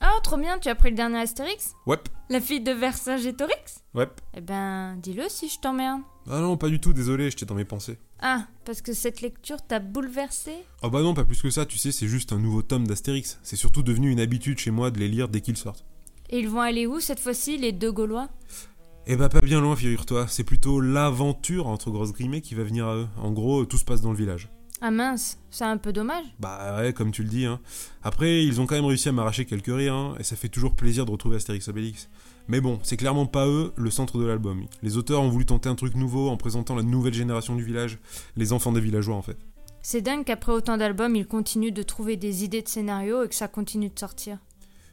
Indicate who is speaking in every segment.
Speaker 1: Ah, oh, trop bien, tu as pris le dernier Astérix
Speaker 2: Ouais,
Speaker 1: La fille de Vercingétorix
Speaker 2: ouais.
Speaker 1: Eh ben, dis-le si je t'emmerde.
Speaker 2: Ah non, pas du tout, désolé, j'étais dans mes pensées.
Speaker 1: Ah, parce que cette lecture t'a bouleversé
Speaker 2: Ah bah non, pas plus que ça, tu sais, c'est juste un nouveau tome d'Astérix. C'est surtout devenu une habitude chez moi de les lire dès qu'ils sortent.
Speaker 1: Et ils vont aller où cette fois-ci, les deux Gaulois
Speaker 2: Eh bah pas bien loin, figure-toi, c'est plutôt l'aventure, entre grosses guillemets, qui va venir à eux. En gros, tout se passe dans le village.
Speaker 1: Ah mince, c'est un peu dommage.
Speaker 2: Bah ouais, comme tu le dis, hein. Après, ils ont quand même réussi à m'arracher quelques rires, hein, et ça fait toujours plaisir de retrouver Astérix Obélix. Mais bon, c'est clairement pas eux le centre de l'album. Les auteurs ont voulu tenter un truc nouveau en présentant la nouvelle génération du village, les enfants des villageois en fait.
Speaker 1: C'est dingue qu'après autant d'albums, ils continuent de trouver des idées de scénarios et que ça continue de sortir.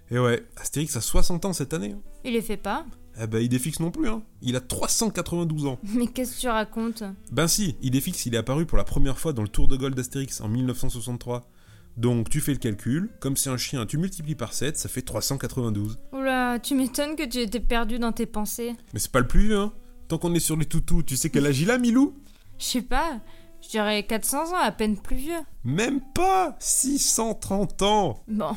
Speaker 2: Et ouais, Astérix a 60 ans cette année. hein.
Speaker 1: Il les fait pas
Speaker 2: Eh ben, Idéfix non plus, hein. Il a 392 ans.
Speaker 1: Mais qu'est-ce que tu racontes
Speaker 2: Ben si, Idéfix, il est apparu pour la première fois dans le Tour de Gaulle d'Astérix en 1963. Donc tu fais le calcul, comme c'est un chien, tu multiplies par 7, ça fait 392.
Speaker 1: Oula, tu m'étonnes que tu étais perdu dans tes pensées.
Speaker 2: Mais c'est pas le plus vieux, hein. Tant qu'on est sur les toutous, tu sais qu'elle agit là, Milou
Speaker 1: Je sais pas, je dirais 400 ans, à peine plus vieux.
Speaker 2: Même pas 630 ans
Speaker 1: Bon.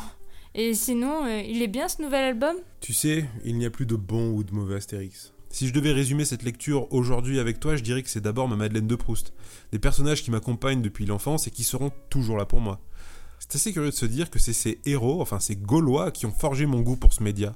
Speaker 1: Et sinon, euh, il est bien ce nouvel album
Speaker 2: Tu sais, il n'y a plus de bon ou de mauvais Astérix. Si je devais résumer cette lecture aujourd'hui avec toi, je dirais que c'est d'abord ma Madeleine de Proust, des personnages qui m'accompagnent depuis l'enfance et qui seront toujours là pour moi. C'est assez curieux de se dire que c'est ces héros, enfin ces Gaulois, qui ont forgé mon goût pour ce média.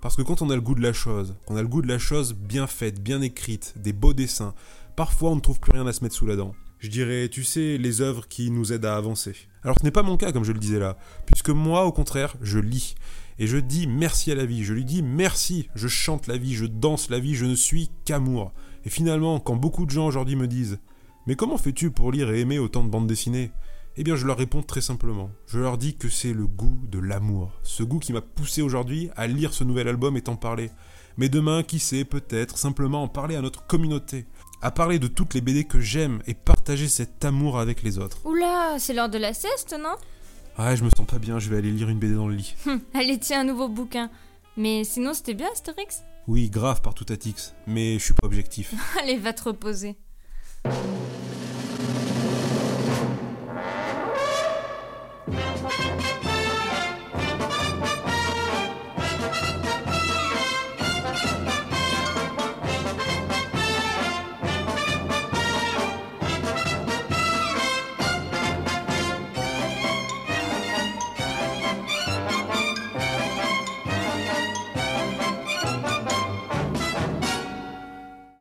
Speaker 2: Parce que quand on a le goût de la chose, qu'on a le goût de la chose bien faite, bien écrite, des beaux dessins, parfois on ne trouve plus rien à se mettre sous la dent. Je dirais, tu sais, les œuvres qui nous aident à avancer. Alors ce n'est pas mon cas, comme je le disais là, puisque moi, au contraire, je lis. Et je dis merci à la vie, je lui dis merci, je chante la vie, je danse la vie, je ne suis qu'amour. Et finalement, quand beaucoup de gens aujourd'hui me disent Mais comment fais-tu pour lire et aimer autant de bandes dessinées Eh bien, je leur réponds très simplement. Je leur dis que c'est le goût de l'amour. Ce goût qui m'a poussé aujourd'hui à lire ce nouvel album et t'en parler. Mais demain, qui sait, peut-être, simplement en parler à notre communauté. À parler de toutes les BD que j'aime et partager cet amour avec les autres.
Speaker 1: Oula, c'est l'heure de la sieste, non
Speaker 2: Ah, je me sens pas bien, je vais aller lire une BD dans le lit.
Speaker 1: Allez, tiens, un nouveau bouquin. Mais sinon, c'était bien, Astérix
Speaker 2: Oui, grave par tout Atix, mais je suis pas objectif.
Speaker 1: Allez, va te reposer.